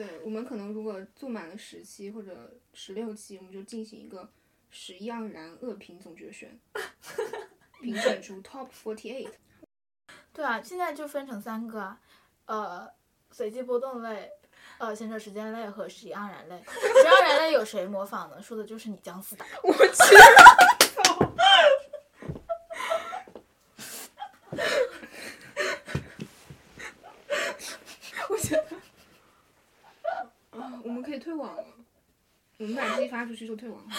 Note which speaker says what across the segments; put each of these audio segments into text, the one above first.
Speaker 1: 对我们可能如果做满了十期或者十六期，我们就进行一个十样燃恶评总决选，评选出 Top Forty Eight。
Speaker 2: 对啊，现在就分成三个啊，呃，随机波动类、呃，闲扯时间类和十一盎然类。十一盎然类有谁模仿呢？说的就是你姜思达。
Speaker 1: 我去，我觉得，啊，我们可以退网了，我们把这一发出去就退网了。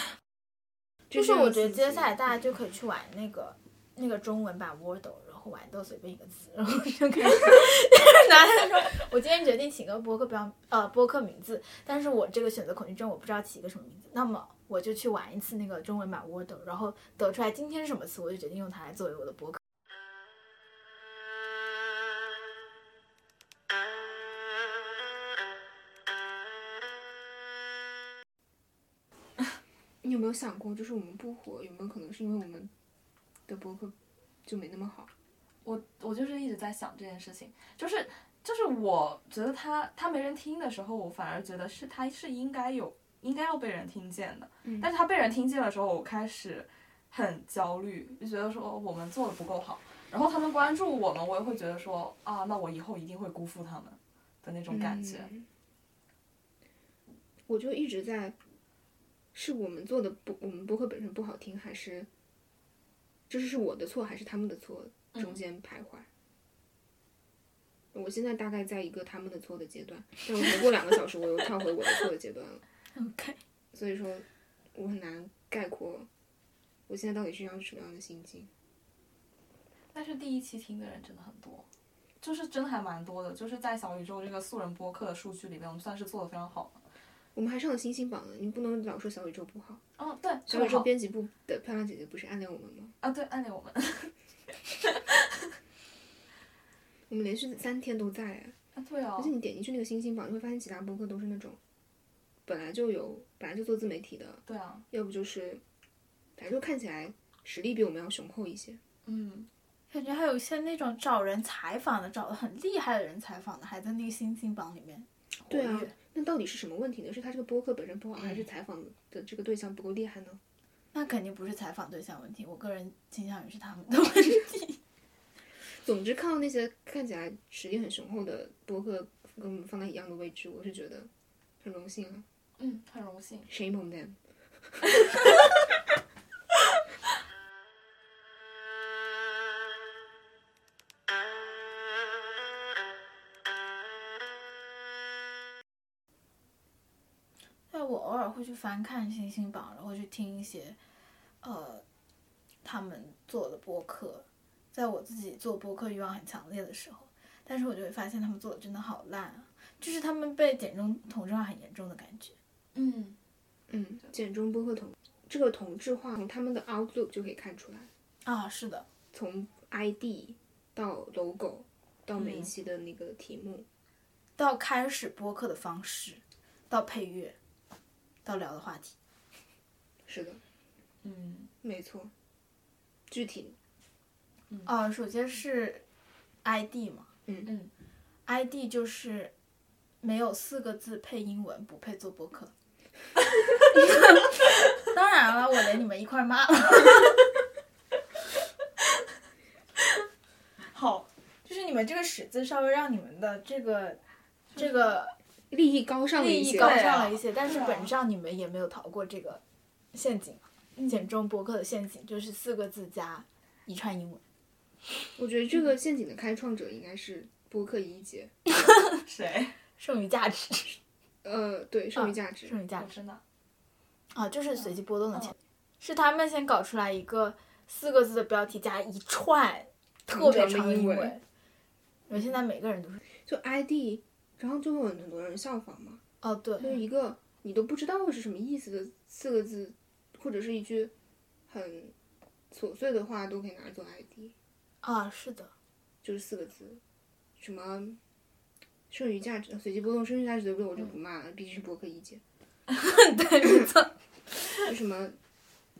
Speaker 2: 就是我觉得接下来大
Speaker 1: 家
Speaker 2: 家就可以去玩那个那个中文版 Wordle，然后玩到随便一个字，然后就可以拿来说，我今天决定起个播客标呃播客名字，但是我这个选择恐惧症我不知道起一个什么名字，那么我就去玩一次那个中文版 Wordle，然后得出来今天是什么词，我就决定用它来作为我的播客。
Speaker 1: 你有没有想过，就是我们不火，有没有可能是因为我们的博客就没那么好？
Speaker 3: 我我就是一直在想这件事情，就是就是我觉得他他没人听的时候，我反而觉得是他是应该有应该要被人听见的，
Speaker 1: 嗯
Speaker 3: 但是他被人听见的时候，我开始很焦虑，就觉得说我们做的不够好，然后他们关注我们，我也会觉得说啊，那我以后一定会辜负他们的那种感觉。
Speaker 1: 嗯我就一直在，是我们做的不，我们播客本身不好听，还是这是我的错，还是他们的错？
Speaker 3: 嗯
Speaker 1: 中间徘徊。我现在大概在一个他们的错的阶段，但我可能过两个小时我又跳回我的错的阶 段了。
Speaker 2: OK，
Speaker 1: 所以说，我很难概括我现在到底是一种什么样的心境。
Speaker 3: 但是第一期听的人真的很多，就是真的还蛮多的，就是在小宇宙这个素人播客的数据里面，我们算是做的非常好的。
Speaker 1: 我们还上了星星榜呢，你不能老说小宇宙不好。
Speaker 3: 嗯，对，
Speaker 1: 小宇宙
Speaker 3: 这么好
Speaker 1: 编辑部的漂亮姐姐不是暗恋我们吗？
Speaker 3: 啊，对，暗恋我们。
Speaker 1: 我们连续三天都在哎。
Speaker 3: 啊，对哦
Speaker 1: 而且，你点进去那个星星榜，你会发现其他播客都是那种本来就有、本来就做自媒体的，
Speaker 3: 对啊，
Speaker 1: 要不就是反正就看起来实力比我们要雄厚一些。
Speaker 3: 嗯，
Speaker 2: 感觉还有一些那种找人采访的，找的很厉害的人采访的，还在那个星星榜里面活
Speaker 1: 对啊
Speaker 2: 跃。
Speaker 1: 那到底是什么问题呢？是他这个播客本身不好，
Speaker 3: 嗯
Speaker 1: 还是采访的这个对象不够厉害呢？
Speaker 2: 那肯定不是采访对象问题，我个人倾向于是他们的问题。
Speaker 1: 总之，看到那些看起来实力很雄厚的播客跟我们放在一样的位置，我是觉得很荣幸啊
Speaker 3: 嗯，很荣幸。
Speaker 1: ，shame on them。
Speaker 2: 但我偶尔会去翻看星星榜，然后去听一些，呃，他们做的播客。在我自己做播客欲望很强烈的时候，但是我就会发现他们做的真的好烂啊，就是他们被简中同质化很严重的感觉。
Speaker 3: 嗯，
Speaker 1: 嗯，简中播客同这个同质化，从他们的 outlook 就可以看出来。
Speaker 2: 啊，是的，
Speaker 1: 从 ID 到 logo 到每一
Speaker 3: 嗯
Speaker 1: 期的那个题目，
Speaker 2: 到开始播客的方式，到配乐，到聊的话题，
Speaker 1: 是的，
Speaker 3: 嗯，
Speaker 1: 没错。具体
Speaker 2: 啊，首先是 ID 嘛，
Speaker 1: 嗯
Speaker 3: 嗯
Speaker 2: ，ID 就是没有四个字配英文不配做播客。当然了，我连你们一块儿骂了，
Speaker 3: 好，
Speaker 2: 就是你们这个“使”字稍微让你们的这个这个
Speaker 1: 利益高尚了
Speaker 2: 利
Speaker 1: 一
Speaker 2: 益
Speaker 1: 些，
Speaker 2: 高
Speaker 3: 对啊
Speaker 2: 上了一些，但是
Speaker 3: 对啊
Speaker 2: 本质上你们也没有逃过这个陷阱，简中播客的陷阱，就是四个字加一串英文。
Speaker 1: 我觉得这
Speaker 2: 嗯
Speaker 1: 个陷阱的开创者应该是播客一姐，
Speaker 3: 谁？
Speaker 2: 剩余价值，
Speaker 1: 呃，
Speaker 2: 嗯
Speaker 1: 对，剩余价值，
Speaker 2: 剩余价
Speaker 3: 我
Speaker 2: 值。
Speaker 3: 真的，
Speaker 2: 啊，就是随机波动的钱，是他们先搞出来一个四个字的标题加一串特别
Speaker 1: 长
Speaker 2: 长
Speaker 1: 的英
Speaker 2: 英
Speaker 1: 文
Speaker 2: 文。我现在每个人都是，
Speaker 1: 就 ID，然后就会有很多人效仿嘛，
Speaker 2: 哦对，
Speaker 1: 就是一个你都不知道是什么意思的四个字，或者是一句很琐碎的话，都可以拿来做 ID。
Speaker 2: 啊是的，
Speaker 1: 就是四个字，什么剩余价值、随机波动、剩余价值的论我就不骂了，毕竟是博客意见。
Speaker 2: 对，没错，
Speaker 1: 就什么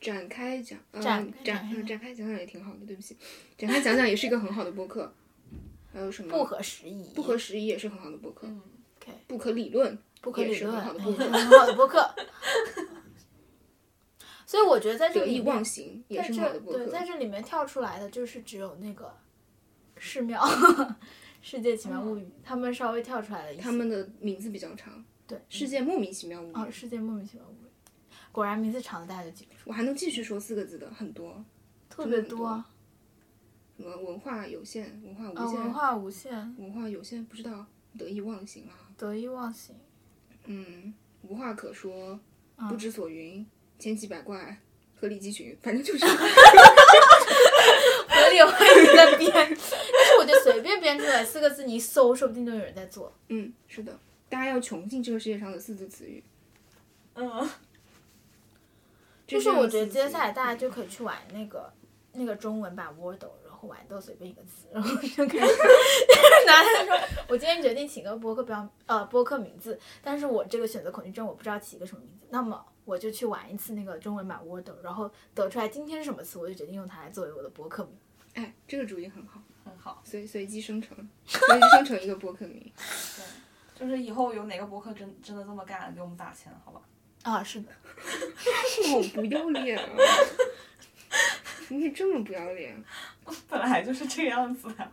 Speaker 1: 展开讲，呃、
Speaker 2: 展
Speaker 1: 展嗯展开讲讲也挺好的，对不起，展开讲讲也是一个很好的播客。还有什么
Speaker 2: 不合时宜，
Speaker 1: 不合时宜也是很好的播客，
Speaker 3: 嗯，
Speaker 2: OK，
Speaker 1: 不可理论
Speaker 2: 不可理
Speaker 1: 也是
Speaker 2: 论，
Speaker 1: 很好的
Speaker 2: 也是很好的播客。 所以我觉得在这
Speaker 1: 得
Speaker 2: 里
Speaker 1: 意
Speaker 2: 面
Speaker 1: 忘形也
Speaker 2: 在
Speaker 1: 是很好
Speaker 2: 这
Speaker 1: 的播
Speaker 2: 对，在
Speaker 1: 客。
Speaker 2: 这里面跳出来的就是只有那个寺庙， 世界奇妙物语，他们稍微跳出来了一些。
Speaker 1: 哦他们的名字比较长，
Speaker 2: 对
Speaker 1: 世界莫名其妙无
Speaker 2: 哦，
Speaker 1: 语。
Speaker 2: 世界莫名其妙物语，果然名字长的大家就记不住，
Speaker 1: 我还能继续说四个字的很多，
Speaker 2: 特
Speaker 1: 真
Speaker 2: 别
Speaker 1: 的很
Speaker 2: 多啊
Speaker 1: 什么文化有限、文化无
Speaker 2: 啊，
Speaker 1: 限、
Speaker 2: 文化无限，
Speaker 1: 文化有限，不知道得意忘形啊啦、
Speaker 2: 得意 忘形，
Speaker 1: 嗯，无话可说，
Speaker 2: 嗯
Speaker 1: 不知所云，千奇百怪，鹤立鸡群，反正就是
Speaker 2: 合理怀疑在编， 但是我就随便编出来四个字，你一搜，说不定就有人在做。
Speaker 1: 嗯，是的，大家要穷尽这个世界上的四字词语。
Speaker 3: 嗯，
Speaker 2: 就是我觉得接下来大家
Speaker 1: 家
Speaker 2: 就可以去玩那个那个中文版 Wordle，然后玩到随便一个字，然后就开始拿来说，我今天决定起个播客标呃播客名字，但是我这个选择恐惧症我不知道起一个什么名字，那么我就去玩一次那个中文版 Wordle，然后得出来今天是什么词，我就决定用它来作为我的播客名。
Speaker 1: 哎，这个主意很好，
Speaker 3: 很好。
Speaker 1: 随随机生成，随机生成一个播客 名。
Speaker 3: 就是以后有哪个博客真真的这么干，给我们打钱，好吧？
Speaker 2: 啊，是的，
Speaker 1: 好不要脸啊！你是这么不要脸？
Speaker 3: 本来就是这个样子的。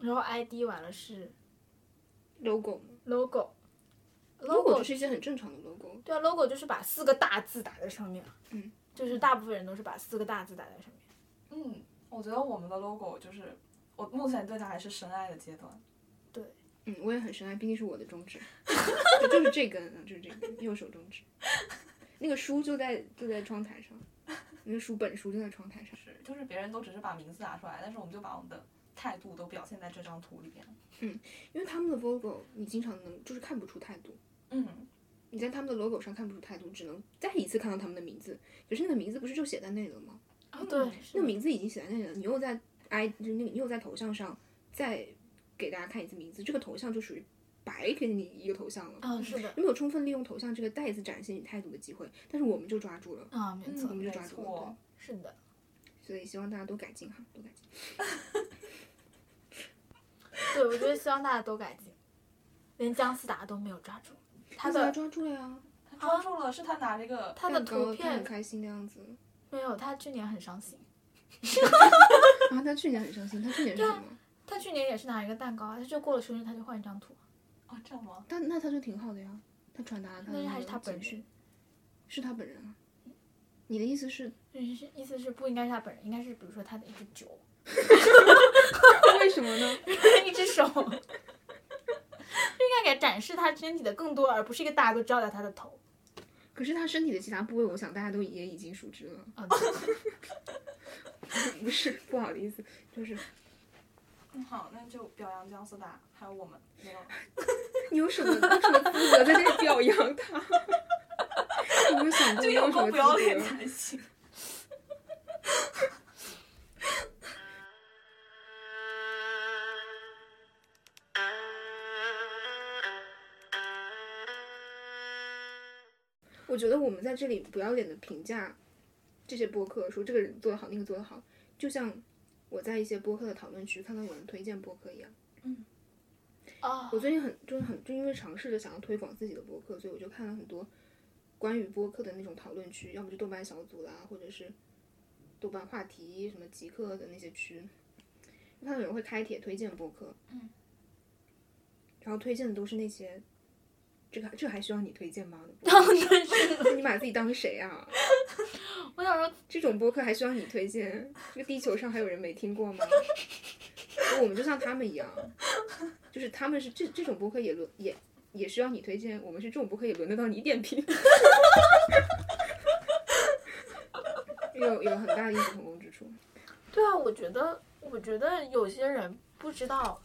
Speaker 2: 然后 ID 玩了是
Speaker 1: logo 吗
Speaker 2: logo。
Speaker 1: logo 就是一些很正常的 logo。
Speaker 2: 对啊，logo 就是把四个大字打在上面，
Speaker 1: 嗯，
Speaker 2: 就是大部分人都是把四个大字打在上面。
Speaker 3: 嗯，我觉得我们的 logo 就是我目前对它还是深爱的阶段。
Speaker 1: 嗯，我也很深爱，毕竟是我的中指， 就就是这根啊，就是这根，右手中指。那个书就在就在窗台上，那个书本书就在窗台上。
Speaker 3: 是，就是别人都只是把名字打出来，但是我们就把我们的态度都表现在这张图里面。
Speaker 1: 因为他们的 logo 你经常能就是看不出态度，
Speaker 3: 嗯，
Speaker 1: 你在他们的 logo 上看不出态度，只能再一次看到他们的名字。可是那个名字不是就写在那里了吗？
Speaker 3: 嗯
Speaker 2: 啊，对，
Speaker 1: 哦那个名字已经写在那里了，你又在 i 就是那个你又在头像上再给大家看一次名字，这个头像就属于白给你一个头像了。
Speaker 2: 啊，是的，
Speaker 1: 你没有充分利用头像这个袋子展现你态度的机会，但是我们就抓住了，
Speaker 2: 啊，没错
Speaker 1: 我，们
Speaker 3: 嗯
Speaker 1: 就
Speaker 3: 没
Speaker 1: 抓住了
Speaker 3: 错。
Speaker 2: 是的。
Speaker 1: 对所以希望大家多改进哈，多改进。
Speaker 2: 对，我觉得希望大家都改进，连姜思达都没有抓住他
Speaker 1: 但是
Speaker 2: 的
Speaker 1: 抓住了呀，
Speaker 3: 他抓住了，是他拿这个
Speaker 2: 他的
Speaker 1: 蛋糕
Speaker 2: 图
Speaker 1: 他很
Speaker 2: 片
Speaker 1: 开心的样子。
Speaker 2: 没有，他去年很伤心，
Speaker 1: 啊，他去年很伤心，他去年是
Speaker 2: 啊
Speaker 1: 什么？
Speaker 2: 他去年也是拿一个蛋糕啊，他就过了生日他就换一张图，
Speaker 3: 哦，这样吗？
Speaker 1: 但那他就挺好的呀，他传达了他的
Speaker 2: 但是
Speaker 1: 那
Speaker 2: 还
Speaker 1: 个
Speaker 2: 是他本
Speaker 1: 情绪
Speaker 2: 人，
Speaker 1: 是他本人啊。你的意思是
Speaker 2: 就是意思是不应该是他本人，应该是比如说他的一只酒，
Speaker 1: 为什么呢？
Speaker 2: 一只手， 就应该给展示他身体的更多，而不是一个大都罩在他的头。
Speaker 1: 可是他身体的其他部位，我想大家都也已经熟知了。
Speaker 2: 啊，对
Speaker 1: 不是，不好意思，就是
Speaker 3: 嗯，好，那就表扬姜思达，还有我们 没有。
Speaker 1: 你有什么你有什么资格在这里表扬他？ 我没有想过
Speaker 3: 就
Speaker 1: 你
Speaker 3: 有
Speaker 1: 有什
Speaker 3: 够
Speaker 1: 么
Speaker 3: 不要
Speaker 1: 资
Speaker 3: 脸
Speaker 1: 格。
Speaker 3: 才行。
Speaker 1: 我觉得我们在这里不要脸的评价这些播客，说这个人做得好，那个做得好，就像我在一些播客的讨论区看到有人推荐播客一样。
Speaker 2: 啊哦
Speaker 1: 我，最近很就是很就因为尝试着想要推广自己的播客，所以我就看了很多关于播客的那种讨论区，要么就豆瓣小组啦，或者是豆瓣话题什么极客的那些区，看到有人会开帖推荐播客，
Speaker 2: 嗯，
Speaker 1: 然后推荐的都是那些。这个这还需要你推荐 吗？
Speaker 2: 对，是的，
Speaker 1: 你把自己当谁啊？
Speaker 2: 我想说
Speaker 1: 这种播客还需要你推荐？这个地球上还有人没听过吗？我们就像他们一样，就是他们是这这种播客也轮也也需要你推荐，我们是这种播客也轮得到你点评。 有有很大的异曲同工之处，
Speaker 2: 对啊，我觉得，我觉得有些人不知道，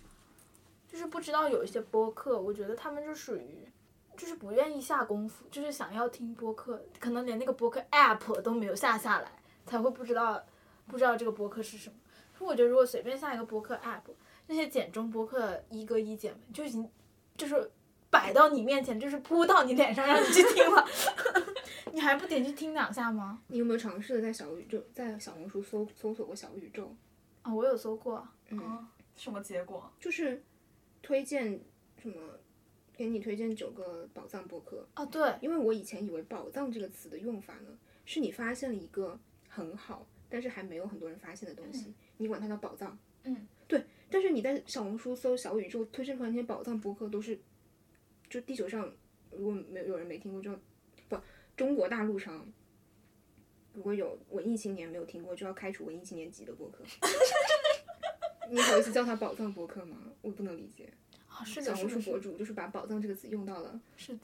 Speaker 2: 就是不知道有一些播客，我觉得他们就属于，就是不愿意下功夫，就是想要听播客，可能连那个播客 app 都没有下下来，才会不知道，不知道这个播客是什么。所以我觉得，如果随便下一个播客 app，那些简中播客一哥一姐们就已经，就是。摆到你面前，就是扑到你脸上让你去听了， 你还不得去听两下吗？
Speaker 1: 你有没有尝试着在小宇宙、在小红书搜搜索过小宇宙？
Speaker 2: 啊、我有搜过，
Speaker 1: 嗯，
Speaker 3: 啊，什么结果？
Speaker 1: 就是推荐什么，给你推荐九个宝藏播客。
Speaker 2: 哦对，
Speaker 1: 因为我以前以为“宝藏”这个词的用法呢，是你发现了一个很好，但是还没有很多人发现的东西，你管它叫宝藏。
Speaker 2: 嗯，
Speaker 1: 对。但是你在小红书搜小宇宙推荐出来那些宝藏播客，都是就地球上如果没有有人没听过就，不中国大陆上。如果有文艺青年没有听过，就要开除文艺青年级的播 客。你好意思叫它宝藏播客吗？我不能理解。
Speaker 2: 啊是
Speaker 1: 小
Speaker 2: 的，是
Speaker 1: 红书
Speaker 2: 的，
Speaker 1: 博
Speaker 2: 是
Speaker 1: 主就是把“宝藏”这个词用到了，
Speaker 2: 是的，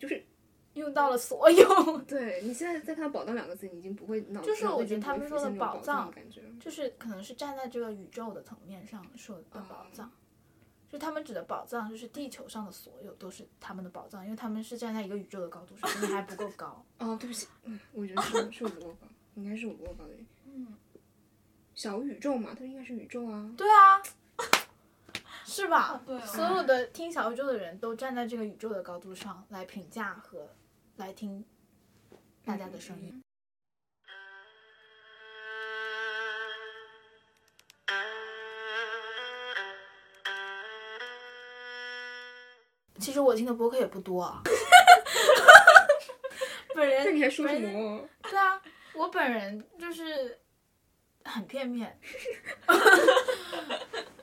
Speaker 1: 就是
Speaker 2: 用到了所有。
Speaker 1: 对你现在再看到“宝藏”两个字，你已经不会脑子
Speaker 2: 就是
Speaker 1: 脑
Speaker 2: 我
Speaker 1: 子已
Speaker 2: 觉
Speaker 1: 经
Speaker 2: 得
Speaker 1: 不
Speaker 2: 他
Speaker 1: 会
Speaker 2: 们
Speaker 1: 浮
Speaker 2: 说
Speaker 1: 现
Speaker 2: 的
Speaker 1: 那种
Speaker 2: 宝
Speaker 1: 藏
Speaker 2: 藏
Speaker 1: 的感觉。
Speaker 2: 就是可能是站在这个宇宙的层面上说的宝藏，就他们指的宝藏就是地球上的所有都是他们的宝藏，因为他们是站在一个宇宙的高度上，你还不够高。
Speaker 1: 哦，对不起，嗯，我觉得是是我不够高，应该是我不够高的原因。
Speaker 2: 嗯，
Speaker 1: 小宇宙嘛，它应该是宇宙啊。
Speaker 2: 对啊， 是吧？
Speaker 3: 对啊
Speaker 2: 所有的听小宇宙的人都站在这个宇宙的高度上来评价和来听大家的声音。
Speaker 1: 嗯
Speaker 2: 其实我听的播客也不多啊， 本人
Speaker 1: 那你还说什
Speaker 2: 本人
Speaker 1: 么？
Speaker 2: 对啊，我本人就是很片面，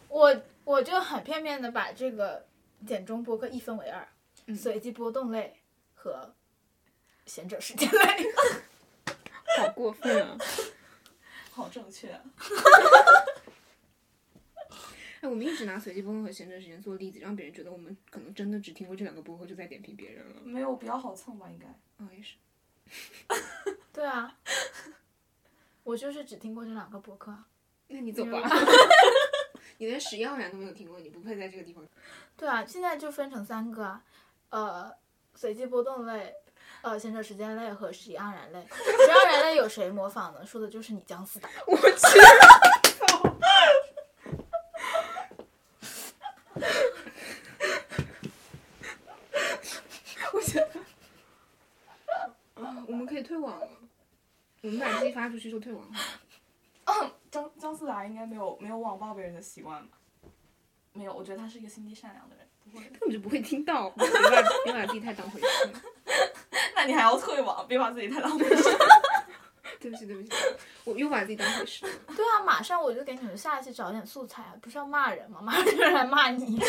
Speaker 2: 我我就很片面的把这个简中播客一分为二，
Speaker 1: 嗯
Speaker 2: 随机波动类和闲者时间类。
Speaker 1: 好过分啊！
Speaker 3: 好正确啊，
Speaker 1: 哎，我们一直拿随机波动和闲着时间做例子，让别人觉得我们可能真的只听过这两个播客就在点评别人了。
Speaker 3: 没有比较好蹭吧？应该
Speaker 1: 哦，也是。
Speaker 2: 对啊，我就是只听过这两个播客啊。
Speaker 1: 那你走 吧
Speaker 2: 嗯。
Speaker 1: 你连十一号栏都没有听过，你不配在这个地方。
Speaker 2: 对啊，现在就分成三个啊，呃，随机波动类。呃，闲者时间类和十一盎然类，十一盎然类有谁模仿呢？说的就是你姜思达。
Speaker 1: 我去，我觉得，啊，我们可以退网了，我们把自己发出去就退网了。
Speaker 3: 张张思达应该没有没有网暴别人的习惯吧？没有，我觉得他是一个心地善良的人，不 会。
Speaker 1: 根本就不会听到， 别把别把自己太当回事嗯了。
Speaker 3: 那你还要退网，别把自己太浪费了。
Speaker 1: 对不起，对不起，我又把自己当回事了。
Speaker 2: 对啊，马上我就给你们下一期找点素材啊！不是要骂人吗？马上就来骂 你。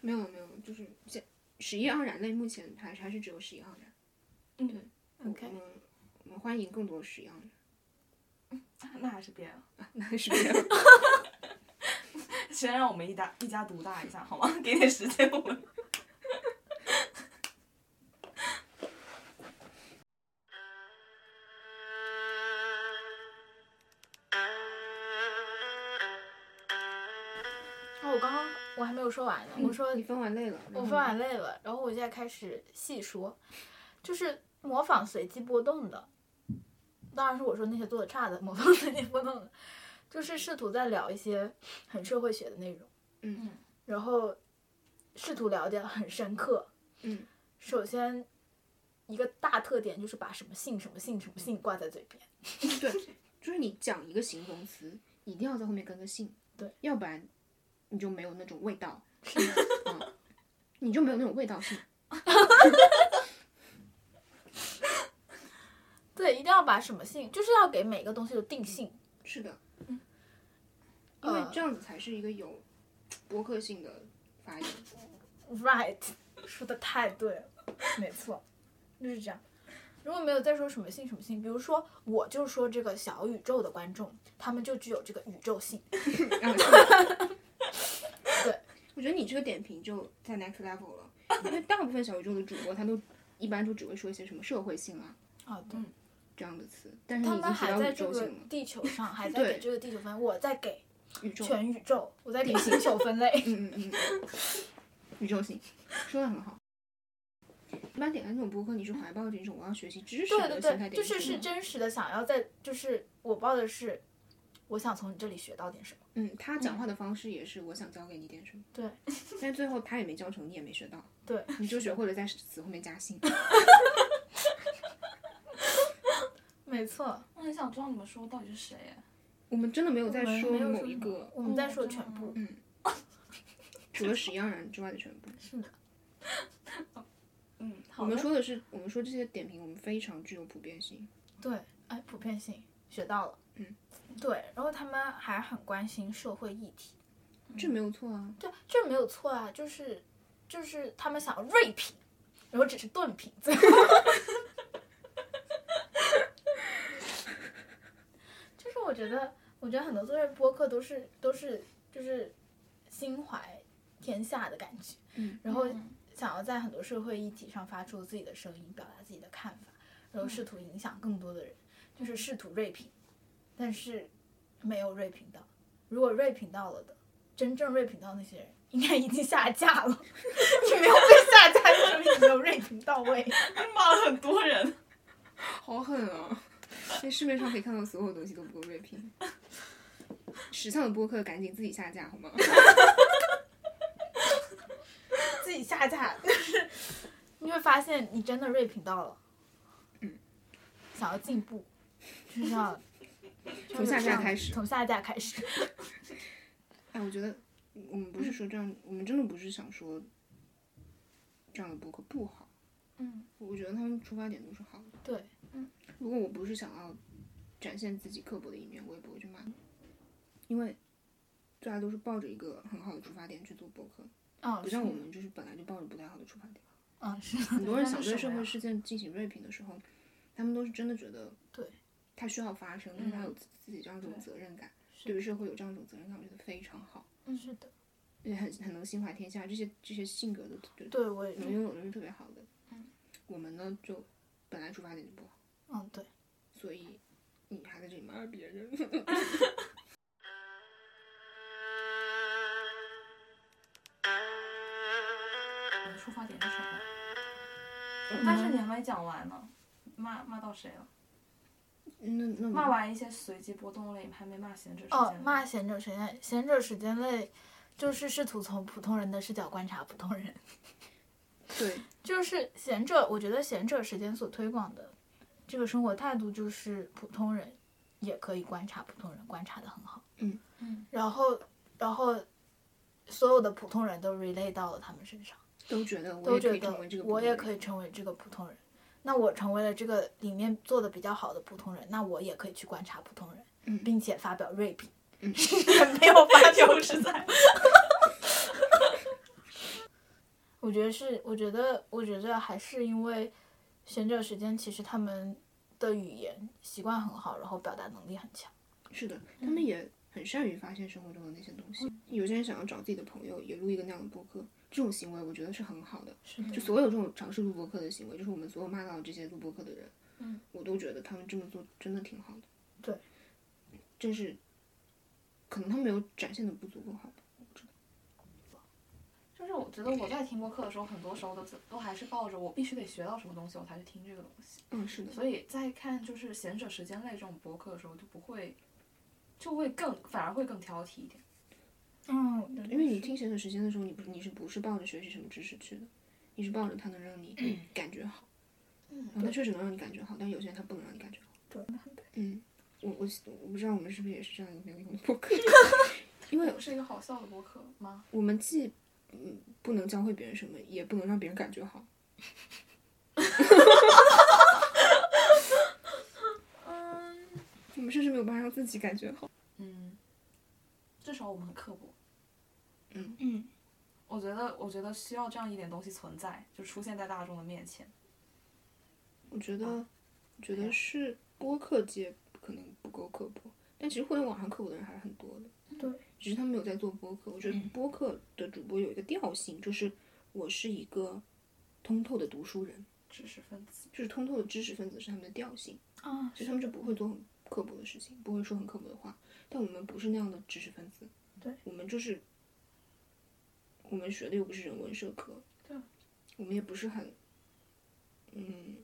Speaker 1: 没有没有，就是现十一盎然类目前还是还是只有十一盎然。
Speaker 3: 嗯，
Speaker 1: 我
Speaker 2: OK，
Speaker 1: 们我们欢迎更多十一盎然。
Speaker 3: 那还是别了，
Speaker 1: 啊那是这样。
Speaker 3: 先让我们一大一家独大一下好吗？ 给点时间我们。
Speaker 2: 哦，我刚刚我还没有说完呢，我说
Speaker 1: 嗯你分完类了，
Speaker 2: 我
Speaker 1: 然后
Speaker 2: 分完类了，然后我现在开始细说，就是模仿随机波动的，当然是我说那些做的差的，模仿随机波动的，就是试图在聊一些很社会学的内容，
Speaker 1: 嗯
Speaker 2: 然后试图聊得很深刻。
Speaker 1: 嗯，
Speaker 2: 首先一个大特点就是把什么性什么性什么性挂在嘴边。
Speaker 1: 嗯对， 就是你讲一个形容词，一定要在后面跟个性，
Speaker 2: 对，
Speaker 1: 要不然你就没有那种味道，
Speaker 2: 是的
Speaker 1: 嗯，你就没有那种味道性。
Speaker 2: 对，一定要把什么性，就是要给每个东西有定性。
Speaker 1: 是的，因
Speaker 2: 呃
Speaker 1: 为这样子才是一个有博客性的发言。
Speaker 2: Right，说 的太对了，没错，就是这样。如果没有再说什么性什么性，比如说我就说这个小宇宙的观众，他们就具有这个宇宙性。
Speaker 1: 然后就
Speaker 2: 对，
Speaker 1: 我觉得你这个点评就在 next level 了，因为大部分小宇宙的主播他都一般都只会说一些什么社会性啊
Speaker 2: 啊，对，
Speaker 1: 这样的词，但是
Speaker 2: 他
Speaker 1: 你已经
Speaker 2: 们
Speaker 1: 提
Speaker 2: 还
Speaker 1: 到
Speaker 2: 在
Speaker 1: 宇
Speaker 2: 这
Speaker 1: 宙
Speaker 2: 个
Speaker 1: 性了，
Speaker 2: 地球上，还在
Speaker 1: 对
Speaker 2: 给这个地球分，我在给
Speaker 1: 宇宙，
Speaker 2: 全宇宙，我在给星球分类。
Speaker 1: 嗯嗯嗯，宇宙性说的很好。一般点开这种播客，你是怀抱着一种我要学习知识
Speaker 2: 对
Speaker 1: 的心
Speaker 2: 对
Speaker 1: 态
Speaker 2: 对，
Speaker 1: 点
Speaker 2: 就是
Speaker 1: 进去
Speaker 2: 是
Speaker 1: 的
Speaker 2: 真实的，想要在就是我报的是我想从你这里学到点什么。
Speaker 1: 嗯，他讲话的方式也是我想教给你点什么，
Speaker 2: 对，
Speaker 1: 但最后他也没教成，你也没学到，
Speaker 2: 对，
Speaker 1: 你就学会了在词后面加兴。
Speaker 2: 没错，
Speaker 3: 我很想知道你们说到底是谁哎。
Speaker 1: 我们真的没有在
Speaker 2: 我们
Speaker 1: 说
Speaker 2: 没有
Speaker 1: 某
Speaker 2: 说
Speaker 1: 一
Speaker 2: 什么
Speaker 1: 个
Speaker 2: 我们在说
Speaker 3: 嗯
Speaker 2: 全部。
Speaker 1: 除了史央然之外的全部。
Speaker 2: 是的，
Speaker 3: 嗯，好
Speaker 1: 我
Speaker 3: 的
Speaker 1: 们说的是，我们说这些点评，我们非常具有普遍性。
Speaker 2: 对，哎，普遍性学到了。
Speaker 1: 嗯，
Speaker 2: 对，然后他们还很关心社会议题，嗯
Speaker 1: 这没有错啊，
Speaker 2: 对，这没有错啊，就是就是他们想要锐评，然后只是钝评，最后 就是我觉得，我觉得很多做播客都是都是就是心怀天下的感觉，
Speaker 1: 嗯
Speaker 2: 然后
Speaker 3: 嗯
Speaker 2: 想要在很多社会议题上发出自己的声音，表达自己的看法，然后试图影响更多的人，就是试图锐评，但是没有锐评到。如果锐评到了的，真正锐评到那些人，应该已经下架了。 你没有被下架，就说明你没有锐评到位。
Speaker 3: 骂了很多人。
Speaker 1: 好狠啊！在市面上可以看到所有东西都不够锐 评。时尚的播客赶紧自己下架好吗？
Speaker 2: 自己下架，就是你会发现你真的锐评到了，嗯，想要进步，就是要
Speaker 1: 从下架开始
Speaker 2: 从下架开始，
Speaker 1: 哎，我觉得我们不是说这样，我们真的不是想说这样的播客不好。
Speaker 2: 嗯，
Speaker 1: 我觉得他们出发点都是好的。
Speaker 2: 对，
Speaker 1: 如果我不是想要展现自己刻薄的一面，我也不会去骂你，因为大家都是抱着一个很好的出发点去做播客，
Speaker 2: 嗯，
Speaker 1: 不
Speaker 2: 是
Speaker 1: 像我，们就是本来就抱着不太好的出发点。
Speaker 2: 嗯，是
Speaker 1: 很多人想
Speaker 2: 那
Speaker 1: 对
Speaker 2: 是什
Speaker 1: 社
Speaker 2: 么
Speaker 1: 会
Speaker 2: 呀
Speaker 1: 事件进行锐评的时候，他们都是真的觉得
Speaker 2: 对，嗯
Speaker 1: 它需要发生，但是他有自自己这样一种
Speaker 3: 对
Speaker 1: 责任感，
Speaker 2: 是
Speaker 1: 对于社会有这样一种责任感，我觉得非常好，
Speaker 2: 嗯是的，
Speaker 1: 也很很能心怀天下，这些这些性格都就
Speaker 2: 对嗯我也觉
Speaker 1: 能
Speaker 2: 得，
Speaker 1: 拥有的人是特别好的。我们呢就本来出发点就不好。
Speaker 2: 嗯对，
Speaker 1: 所以你还在这里骂别人。
Speaker 3: 你的出发点是什么？
Speaker 1: 嗯
Speaker 3: 但是你还没讲完呢，骂骂到谁了？
Speaker 2: 嗯
Speaker 1: 那那
Speaker 3: 骂完一些随机波动类，还没嗯骂闲着时
Speaker 2: 哦
Speaker 3: 间。
Speaker 2: 骂贤者时间，贤者时间类就是试图从普通人的视角观察普通人。
Speaker 1: 对，
Speaker 2: 就是贤者，我觉得贤者时间所推广的这个生活态度，就是普通人也可以观察普通人，观察的很好。
Speaker 1: 嗯
Speaker 3: 嗯。
Speaker 2: 然后，然后所有的普通人都 relay 到了他们身上，
Speaker 1: 都觉得我
Speaker 2: 都
Speaker 1: 也可
Speaker 2: 觉
Speaker 1: 以成为这
Speaker 2: 得
Speaker 1: 个，
Speaker 2: 我也可
Speaker 1: 以。
Speaker 2: 以成为这个普通人。那我成为了这个里面做的比较好的普通人，那我也可以去观察普通人，
Speaker 1: 嗯
Speaker 2: 并且发表锐评。
Speaker 1: 嗯
Speaker 2: 也没有发表
Speaker 3: 又是在
Speaker 2: 我觉得是，我觉得，我觉得还是因为贤者时间，其实他们的语言习惯很好，然后表达能力很强。
Speaker 1: 是的，
Speaker 2: 嗯
Speaker 1: 他们也很善于发现生活中的那些东西。有些人想要找自己的朋友，也录一个那样的播客，这种行为我觉得是很好的。
Speaker 2: 是的
Speaker 1: 就所有这种尝试录播客的行为，就是我们所有骂到的这些录播客的人，
Speaker 2: 嗯，
Speaker 1: 我都觉得他们这么做真的挺好的。
Speaker 2: 对，
Speaker 1: 真是，可能他们有展现的不足够好吧。
Speaker 3: 就是我觉得我在听播客的时候，很多时候都都还是抱着我必须得学到什么东西，我才去听这个东西。
Speaker 1: 嗯，是的，
Speaker 3: 所以在看就是闲者时间类这种博客的时候，就不会，就会更反而会更挑剔一点。
Speaker 2: 嗯
Speaker 1: 因为你听闲的时间的时候，你不你是不是抱着学习什么知识去的？你是抱着它能让你感觉好，
Speaker 3: 嗯
Speaker 1: 然后它确实能让你感觉好，但有些人它不能让你感觉好。
Speaker 2: 对，
Speaker 1: 嗯，我我我不知道我们是不是也是这样一个没有用的播客，因为
Speaker 3: 是一个好笑的博客吗？
Speaker 1: 我们既嗯不能教会别人什么，也不能让别人感觉好。
Speaker 2: 嗯，
Speaker 1: 我们甚至没有办法让自己感觉好。
Speaker 3: 嗯，这时候我们很刻薄。
Speaker 2: 嗯，
Speaker 3: 我觉得，我觉得需要这样一点东西存在，就出现在大众的面前。
Speaker 1: 我觉得，我觉
Speaker 3: 哎
Speaker 1: 得
Speaker 3: 呀
Speaker 1: 是播客界可能不够刻薄，但其实互联网上刻薄的人还是很多的。
Speaker 2: 对，
Speaker 1: 只是他们没有在做播客。我觉得播客的主播有一个调性，就是我是一个通透的读书人，
Speaker 3: 知识分子，
Speaker 1: 就是通透的知识分子是他们的调性，
Speaker 2: 啊，
Speaker 1: 所以他们就不会做很刻薄的事情，不会说很刻薄的话。但我们不是那样的知识分子，
Speaker 2: 对，
Speaker 1: 我们就是我们学的又不是人文社科，
Speaker 2: 啊
Speaker 3: 对，
Speaker 1: 我们也不是很嗯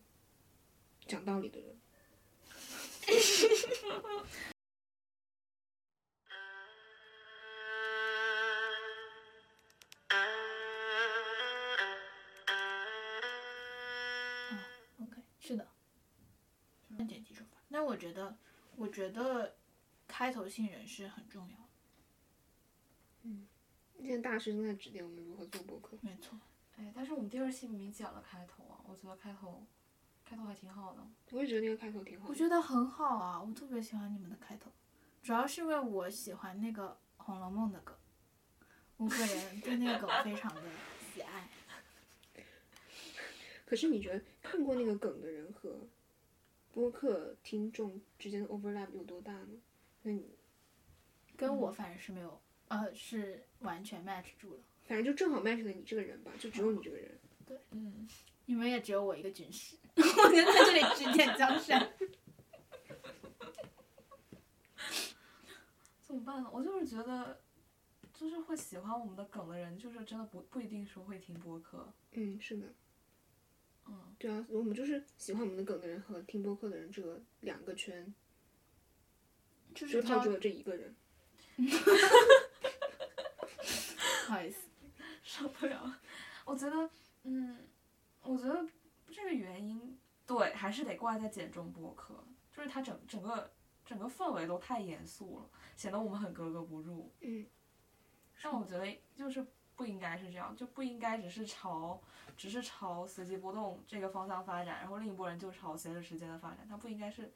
Speaker 1: 讲道理的人。
Speaker 2: 但我觉得，我觉得开头信任是很重要的，
Speaker 1: 现在大师正在指点我们如何做播客。
Speaker 2: 没错。
Speaker 3: 哎，但是我们第二期明明剪了开头啊，我觉得开头，开头还挺好的。
Speaker 1: 我也觉得那个开头挺好
Speaker 2: 我
Speaker 1: 的。
Speaker 2: 觉得很好啊，我特别喜欢你们的开头，主要是因为我喜欢那个《红楼梦》的梗，我个人对那个梗非常的喜爱。
Speaker 1: 可是你觉得看过那个梗的人和播客听众之间的 overlap 有多大呢？那你
Speaker 2: 跟我反正是没有，呃，是完全 match 住了。
Speaker 1: 反正就正好 match 了你这个人吧，就只有你这个人。
Speaker 3: 嗯，
Speaker 2: 你们也只有我一个军师， 我就在这里指点江山。
Speaker 3: 怎么办呢？我就是觉得，就是会喜欢我们的梗的人，就是真的不不一定是会听播客。
Speaker 1: 嗯，是的，
Speaker 3: 嗯，
Speaker 1: 对啊，我们就是喜欢我们的梗的人和听播客的人这个两个圈，就
Speaker 2: 就
Speaker 1: 是是他
Speaker 2: 招
Speaker 1: 只，有这一个人。
Speaker 2: 不好意思，
Speaker 3: 受不了了。 我觉得，嗯，我觉得这个原因，对，还是得怪在简中播客，就是它整整个整个氛围都太严肃了，显得我们很格格不入。
Speaker 1: 嗯，
Speaker 3: 但我觉得就是不应该是这样，就不应该只是朝只是朝随机波动这个方向发展，然后另一波人就朝随着时间的发展，它不应该是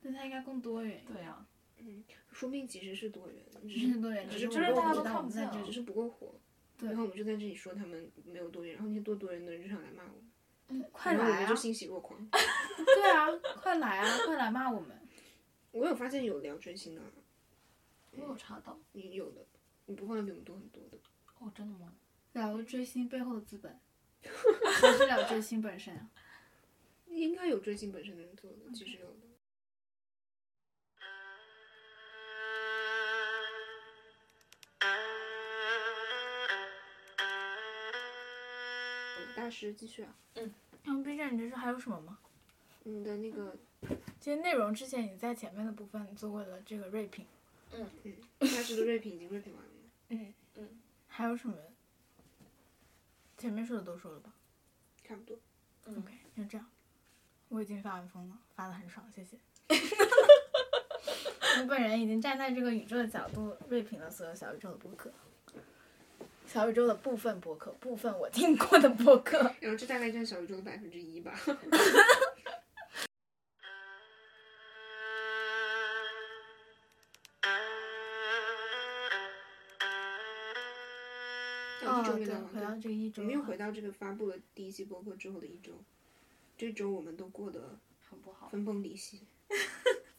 Speaker 2: 对他应该更多元一点，
Speaker 3: 对啊，
Speaker 1: 嗯，说不定其实是多人，只
Speaker 2: 只是
Speaker 1: 是
Speaker 2: 多元，
Speaker 1: 只
Speaker 2: 是
Speaker 1: 是
Speaker 2: 我
Speaker 1: 就是
Speaker 2: 们
Speaker 1: 大家
Speaker 2: 不
Speaker 1: 都
Speaker 2: 知道
Speaker 3: 看
Speaker 2: 我们
Speaker 3: 不
Speaker 2: 在
Speaker 3: 见
Speaker 2: 这
Speaker 3: 啊
Speaker 1: 只
Speaker 2: 里。
Speaker 1: 是不够火。
Speaker 2: 对
Speaker 1: 然后我们就在这里说他们没有多人，然后那些多多人的人就想来骂我们，
Speaker 2: 嗯，快
Speaker 1: 然后我
Speaker 2: 来
Speaker 1: 们
Speaker 2: 啊
Speaker 1: 就！欣喜若狂。
Speaker 2: 对啊，快来啊！快来骂我们。
Speaker 1: 我有发现有聊追星的啊，
Speaker 3: 我有查到，
Speaker 1: 你有的，你播放量比我们多很多的。
Speaker 3: 哦，真的吗？
Speaker 2: 聊追星背后的资本，还是聊追星本身 啊？
Speaker 1: 应该有追星本身的人做的，其实有的。大师继续啊，
Speaker 2: 然后嗯 B 站，你这是还有什么吗？
Speaker 1: 你的那个
Speaker 2: 其实内容之前已经在前面的部分做过了这个锐评，
Speaker 1: 嗯，大师的锐评已经锐评完了吗，
Speaker 2: 嗯
Speaker 3: 嗯，
Speaker 2: 还有什么？前面说的都说了吧、
Speaker 1: 差不多。
Speaker 3: 嗯
Speaker 2: o k 就这样。我已经发完疯了，发的很爽，谢 谢。我本人已经站在这个宇宙的角度锐评了所有小宇宙的播客，小宇宙的部分播客，部分我听过的播客。
Speaker 1: 然后这大概占小宇宙的百分之一吧。
Speaker 2: 哦
Speaker 1: 一，周没
Speaker 2: 对，
Speaker 1: 聊完
Speaker 2: 回到这个一周
Speaker 1: 我
Speaker 2: 了，
Speaker 1: 们又回到这个发布了第一期播客之后的一周，这周我们都过得
Speaker 3: 很不
Speaker 2: 哦
Speaker 3: 好，
Speaker 1: 分崩离析。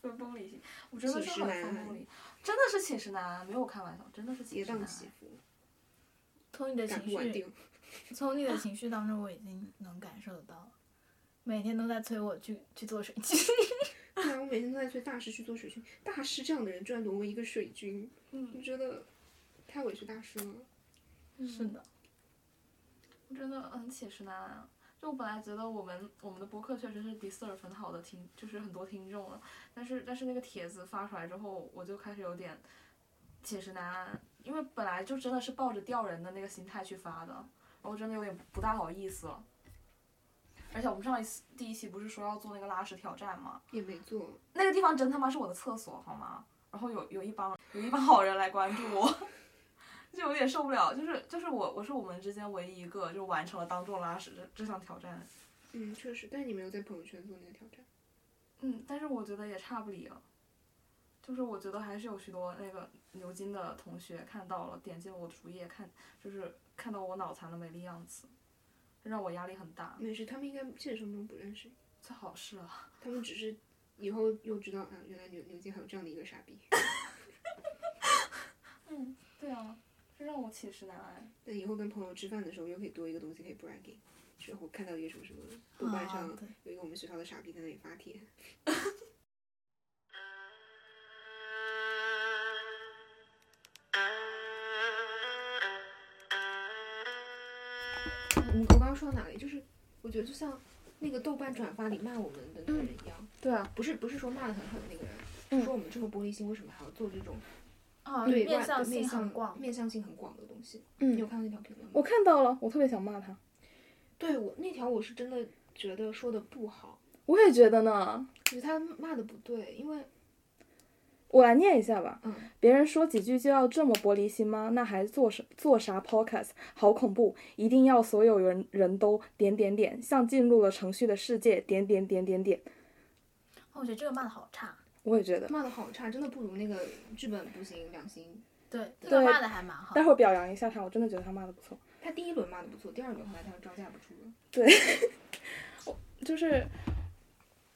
Speaker 3: 分崩离析，我真的
Speaker 1: 寝
Speaker 3: 是
Speaker 1: 食
Speaker 3: 很
Speaker 1: 难
Speaker 3: 分
Speaker 1: 安
Speaker 3: 崩离，真的是寝食难安，没有开玩笑，真的是寝
Speaker 1: 跌
Speaker 3: 食难
Speaker 1: 宕起
Speaker 3: 安。
Speaker 1: 伏，
Speaker 2: 从你的
Speaker 1: 赶
Speaker 2: 情
Speaker 1: 不稳
Speaker 2: 绪
Speaker 1: 定。
Speaker 2: 从
Speaker 1: 啊
Speaker 2: 你的情绪当中，我已经能感受得到了，每天都在催我去去做水晶。
Speaker 1: 对啊，我每天都在催大师去做水军，大师这样的人居然沦为一个水军，
Speaker 3: 嗯
Speaker 1: 我觉得太委屈大师了。
Speaker 2: 是的，
Speaker 3: 我真的很寝食难安啊。就我本来觉得我们我们的播客确实是 deserve 很好的听，就是很多听众了，但是但是那个帖子发出来之后，我就开始有点寝食难安，因为本来就真的是抱着吊人的那个心态去发的，然后真的有点不大好意思了。而且我们上一次第一期不是说要做那个拉屎挑战吗？
Speaker 1: 也没做，
Speaker 3: 那个地方真他妈是我的厕所，好吗？然后有有一帮有一帮好人来关注我， 就有点受不了。就是就是我我是我们之间唯一一个就完成了当众拉屎这这项挑战。
Speaker 1: 嗯，确实，但你没有在朋友圈做那个挑战。
Speaker 3: 嗯，但是我觉得也差不离了。就是我觉得还是有许多那个牛津的同学看到了，点进我主页看，就是看到我脑残的美丽样子，让我压力很
Speaker 2: 哦
Speaker 3: 大。
Speaker 1: 没事，他们应该现实生活中不认识你，
Speaker 3: 最好是啊，
Speaker 1: 他们只是以后又知道啊，原来牛牛津还有这样的一个傻逼，
Speaker 3: 嗯，对啊，这让我寝食难安。
Speaker 1: 但以后跟朋友吃饭的时候又可以多一个东西可以 bragging。是我看到一个什么什么，豆瓣上
Speaker 2: 啊对
Speaker 1: 有一个我们学校的傻逼在那里发帖，嗯，我刚刚说到哪里？就是我觉得就像那个豆瓣转发里骂我们的那个人一样，
Speaker 3: 对啊，
Speaker 1: 不是不是说骂的很狠的那个人，
Speaker 2: 嗯
Speaker 1: 说我们这么玻璃心，为什么还要做这种
Speaker 2: 啊，
Speaker 1: 对
Speaker 2: 面
Speaker 1: 外
Speaker 2: 向
Speaker 1: 对面
Speaker 2: 性
Speaker 1: 向
Speaker 2: 很广。
Speaker 1: 面向性很广的东西？
Speaker 4: 嗯
Speaker 1: 你有看到那条评论吗？
Speaker 4: 我看到了，我特别想骂他。
Speaker 1: 对我那条我是真的觉得说的不好，
Speaker 3: 我也觉得呢。
Speaker 1: 觉得他骂的不对，因为
Speaker 3: 我来念一下吧。
Speaker 1: 嗯
Speaker 3: 别人说几句就要这么玻璃心吗？那还做什做啥 podcast？好恐怖！一定要所有人人都点点点，像进入了程序的世界，点点点点点。
Speaker 2: 哦我觉得这个骂的好差，
Speaker 3: 我也觉得，
Speaker 1: 骂的好差，真的不如那个剧本不行两星。
Speaker 2: 对，这
Speaker 3: 对
Speaker 2: 个骂的还蛮好。
Speaker 3: 待会儿表扬一下他，我真的觉得他骂的不错。
Speaker 1: 他第一轮骂的不错，第二轮后来他就招架不住了。
Speaker 3: 就是，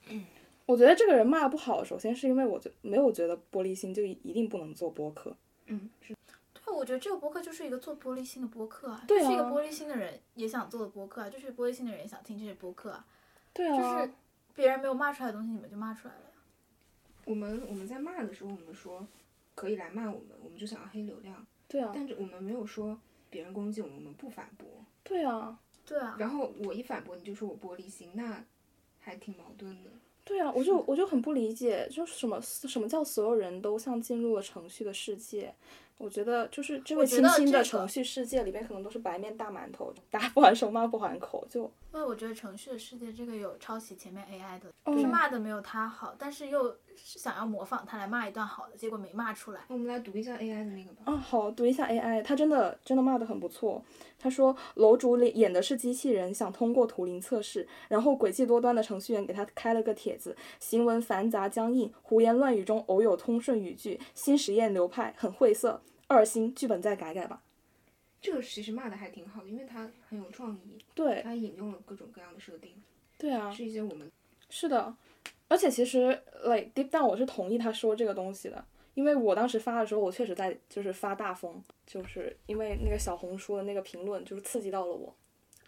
Speaker 3: 我觉得这个人骂的不好，首先是因为我觉没有觉得玻璃心就一一定不能做播客。
Speaker 1: 嗯，是
Speaker 2: 对，我觉得这个播客就是一个做玻璃心的播客啊，
Speaker 3: 对
Speaker 2: 就是一个
Speaker 3: 啊
Speaker 2: 玻璃心的人也想做的播客啊，就是玻璃心的人也想听这些播客啊，
Speaker 3: 对啊，
Speaker 2: 就是别人没有骂出来的东西，你们就骂出来了呀。
Speaker 1: 我们我们在骂的时候，我们说可以来骂我们，我们就想要黑流量，
Speaker 3: 对啊，
Speaker 1: 但是我们没有说别人攻击我们，我们不反驳。
Speaker 3: 对啊，
Speaker 2: 对啊，
Speaker 1: 然后我一反驳，你就说我玻璃心，那还挺矛盾的。
Speaker 3: 对啊，我就我就很不理解，就是什么什么叫所有人都像进入了程序的世界？我觉得就是这
Speaker 2: 我
Speaker 3: 个
Speaker 2: 觉
Speaker 3: 清
Speaker 2: 得
Speaker 3: 新
Speaker 2: 这
Speaker 3: 的
Speaker 2: 个
Speaker 3: 程序世界里面，可能都是白面大馒头，打不还手，骂不还口，就
Speaker 2: 因为我觉得程序的世界这个有抄袭前面 AI 的，
Speaker 3: 哦
Speaker 2: 就是骂的没有他好，但是又想要模仿他来骂一段好的，结果没骂出来。
Speaker 1: 我们来读一下 AI 的那个吧。
Speaker 3: 啊，好，读一下 AI，他真的真的骂的很不错。他说楼主里演的是机器人，想通过图灵测试，然后诡计多端的程序员给他开了个帖子，行文繁杂僵硬，胡言乱语中偶有通顺语句，新实验流派很晦涩，二星剧本再改改吧。
Speaker 1: 这个其实骂的还挺好的，因为它很有创意，
Speaker 3: 对
Speaker 1: 它引用了各种各样的设定，
Speaker 3: 对啊，
Speaker 1: 是一些我们
Speaker 3: 是的，而且其实，like deep down，我是同意他说这个东西的，因为我当时发的时候，我确实在就是发大疯，就是因为那个小红书的那个评论，就是刺激到了我，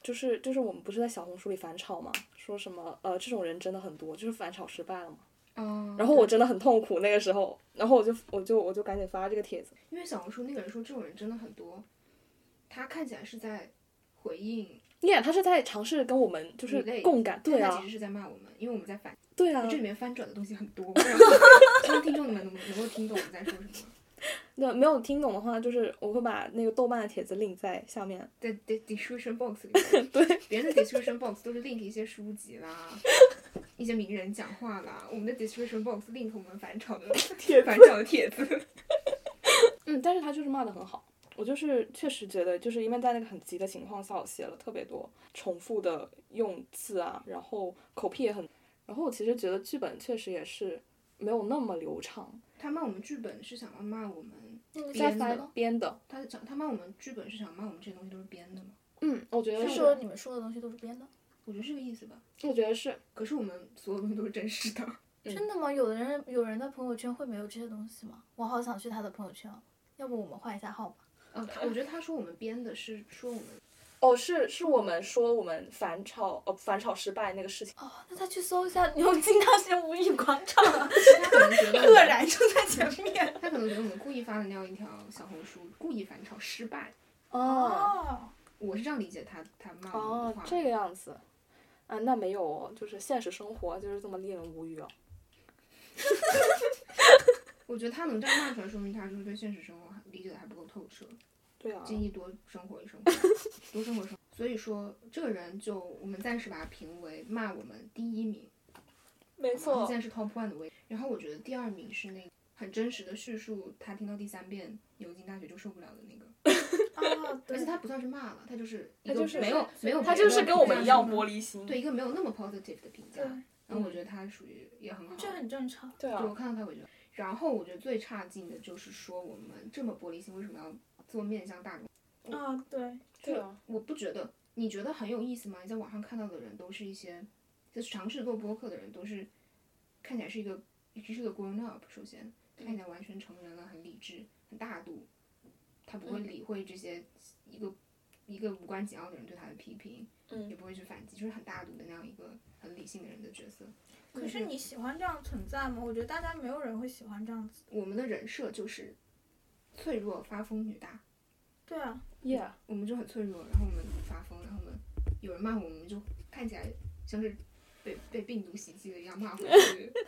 Speaker 3: 就是就是我们不是在小红书里反炒嘛，说什么呃这种人真的很多，就是反炒失败了嘛，
Speaker 1: 嗯
Speaker 3: 然后我真的很痛苦那个时候，然后我就我就我就赶紧发这个帖子，
Speaker 1: 因为小红书那个人说这种人真的很多，他看起来是在回应，
Speaker 3: 耶、yeah,，他是在尝试跟我们就是
Speaker 1: Relate
Speaker 3: 共感，对
Speaker 1: 但他
Speaker 3: 啊
Speaker 1: 其实是在骂我们，因为我们在反，
Speaker 3: 对啊
Speaker 1: 这，里面翻转的东西很多，不知道希望听众你们能能够听懂我们在说什么，
Speaker 3: 那没有听懂的话，就是我会把那个豆瓣的帖子 link 在下面。
Speaker 1: 在 de- description box 里面，对， 别人的 description box 都是 link 一些书籍啦，一些名人讲话啦，我们的 description box link 我们反炒的帖反炒的帖子，
Speaker 3: 嗯，但是他就是骂的很好。我就是确实觉得，就是因为在那个很急的情况下，我写了特别多重复的用字啊，然后口癖也很，然后我其实觉得剧本确实也是没有那么流畅，
Speaker 1: 他骂我们剧本是想要骂我们，
Speaker 2: 那个
Speaker 3: 在
Speaker 1: 编
Speaker 3: 翻
Speaker 1: 的
Speaker 3: 编的。
Speaker 1: 他想他骂我们剧本是想骂我们这些东西都是编的嘛，
Speaker 3: 嗯，我觉得
Speaker 2: 是
Speaker 3: 是，
Speaker 2: 说你们说的东西都是编的？
Speaker 1: 我觉得是这个意思吧。
Speaker 3: 我觉得是，
Speaker 1: 可是我们所有东西都是真实的，
Speaker 3: 嗯
Speaker 2: 真的吗？有的人有人的朋友圈会没有这些东西吗？我好想去他的朋友圈哦，要不我们换一下号吧？
Speaker 1: 呃，他我觉得他说我们编的是说我们
Speaker 3: 哦，是是我们说我们反炒呃反炒失败那个事情，
Speaker 2: 哦，那他去搜一下牛津大学五一广场啊，
Speaker 1: 他可能觉得我
Speaker 2: 赫
Speaker 1: 们
Speaker 2: 然就在前面。
Speaker 1: 他可能觉得我们故意发的那样一条小红书，故意反炒失败。
Speaker 3: 哦
Speaker 2: 哦，
Speaker 1: 我是这样理解他他骂我们
Speaker 3: 哦
Speaker 1: 的话。
Speaker 3: 这个样子，啊，那没有哦，就是现实生活就是这么令人无语哦。
Speaker 1: 我觉得他能这样骂出来，说明他就是对现实生活理解的还不够透彻，
Speaker 3: 对啊，
Speaker 1: 建议多生活 一生活，多生活一生活。所以说，这个人就我们暂时把他评为骂我们第一名，
Speaker 3: 没
Speaker 1: 他
Speaker 3: 错
Speaker 1: 现，在是 top one 的位置。然后我觉得第二名是那个很真实的叙述，他听到第三遍牛津大学就受不了的那个。
Speaker 2: 哦，
Speaker 1: 而
Speaker 2: 对
Speaker 1: 且，他不算是骂了，他就是一
Speaker 3: 他
Speaker 1: 个
Speaker 3: 就是
Speaker 1: 没有没有
Speaker 3: 他
Speaker 1: 评
Speaker 3: 就
Speaker 1: 价
Speaker 3: 是跟我们一样玻
Speaker 1: 璃，
Speaker 3: 璃心。
Speaker 1: 对一个没有那么 positive 的评价
Speaker 2: 对。
Speaker 1: 然后我觉得他属于也很好，
Speaker 2: 嗯这很正常。
Speaker 3: 对
Speaker 1: 对
Speaker 3: 啊
Speaker 1: 我，看到他我觉得，然后我觉得最差劲的就是说我们这么玻璃心，为什么要做面向大众？
Speaker 2: 啊、对，
Speaker 3: 对啊，
Speaker 1: 我不觉得，你觉得很有意思吗？你在网上看到的人都是一些，就是尝试做播客的人都是，看起来是一个是个 grown up，首先看起来完全成人了，很理智，很大度，他不会
Speaker 2: 嗯
Speaker 1: 理会这些一个一个无关紧要的人对他的批评，
Speaker 3: 嗯
Speaker 1: 也不会去反击，就是很大度的那样一个很理性的人的角色。
Speaker 2: 可是你喜欢这样存在吗？我觉得大家没有人会喜欢这样子。
Speaker 1: 我们的人设就是脆弱发疯女大，
Speaker 2: 对啊，
Speaker 3: ，Yeah，
Speaker 1: 我们就很脆弱，然后我们发疯，然后我们有人骂我们，我们就看起来像是被被病毒袭击了一样骂回去。 嗯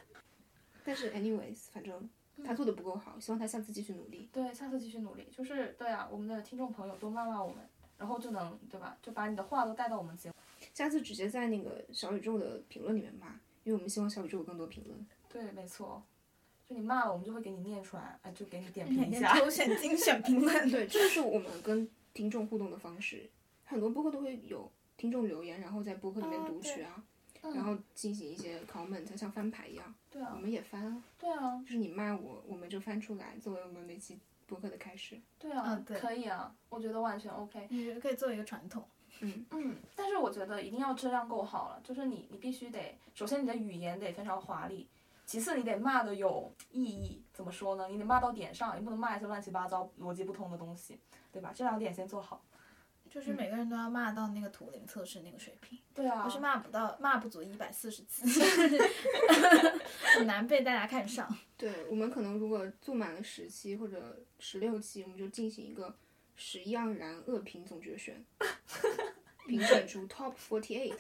Speaker 1: 但是，anyways，反正他做的不够好，希望他下次继续努力。
Speaker 5: 对，下次继续努力。就是对啊，我们的听众朋友多骂骂我们，然后就能对吧？就把你的话都带到我们节目。
Speaker 1: 下次直接在那个小宇宙的评论里面骂，因因为我们希望小宇宙有更多评论。
Speaker 3: 对，没错，就你骂了，我们就会给你念出来，哎，就给你点评
Speaker 2: 每
Speaker 3: 一
Speaker 2: 天
Speaker 3: 下。
Speaker 2: 抽选精选评 论，
Speaker 1: 对，这就是我们跟听众互动的方式。很多播客都会有听众留言，然后在播客里面
Speaker 3: 啊
Speaker 1: 读
Speaker 3: 对
Speaker 1: 取啊，
Speaker 3: 嗯
Speaker 1: 然后进行一些 comment，像翻牌一样，
Speaker 3: 对
Speaker 1: 我
Speaker 3: 啊，
Speaker 1: 们也翻啊，
Speaker 3: 对啊，
Speaker 1: 就是你骂我，我们就翻出来，作为我们每期播客的开始。
Speaker 3: 对啊，
Speaker 2: 嗯对
Speaker 3: 可以啊，我觉得完全 OK。
Speaker 2: 你可以做一个传统。
Speaker 1: 嗯，
Speaker 3: 嗯，但是我觉得一定要质量够好了，就是你，你必须得，首先你的语言得非常华丽，其次你得骂的有意义。怎么说呢？你得骂到点上，你不能骂一些乱七八糟、逻辑不通的东西，对吧？这两点先做好。
Speaker 2: 就是每个人都要骂到那个图灵测试那个水平，
Speaker 3: 对啊，
Speaker 2: 要是骂不到骂不足一百四十次， 很难被大家 看上。
Speaker 1: 对，我们可能如果做满了十期或者十六期，我们就进行一个十样然恶评总决选，评选出 top forty eight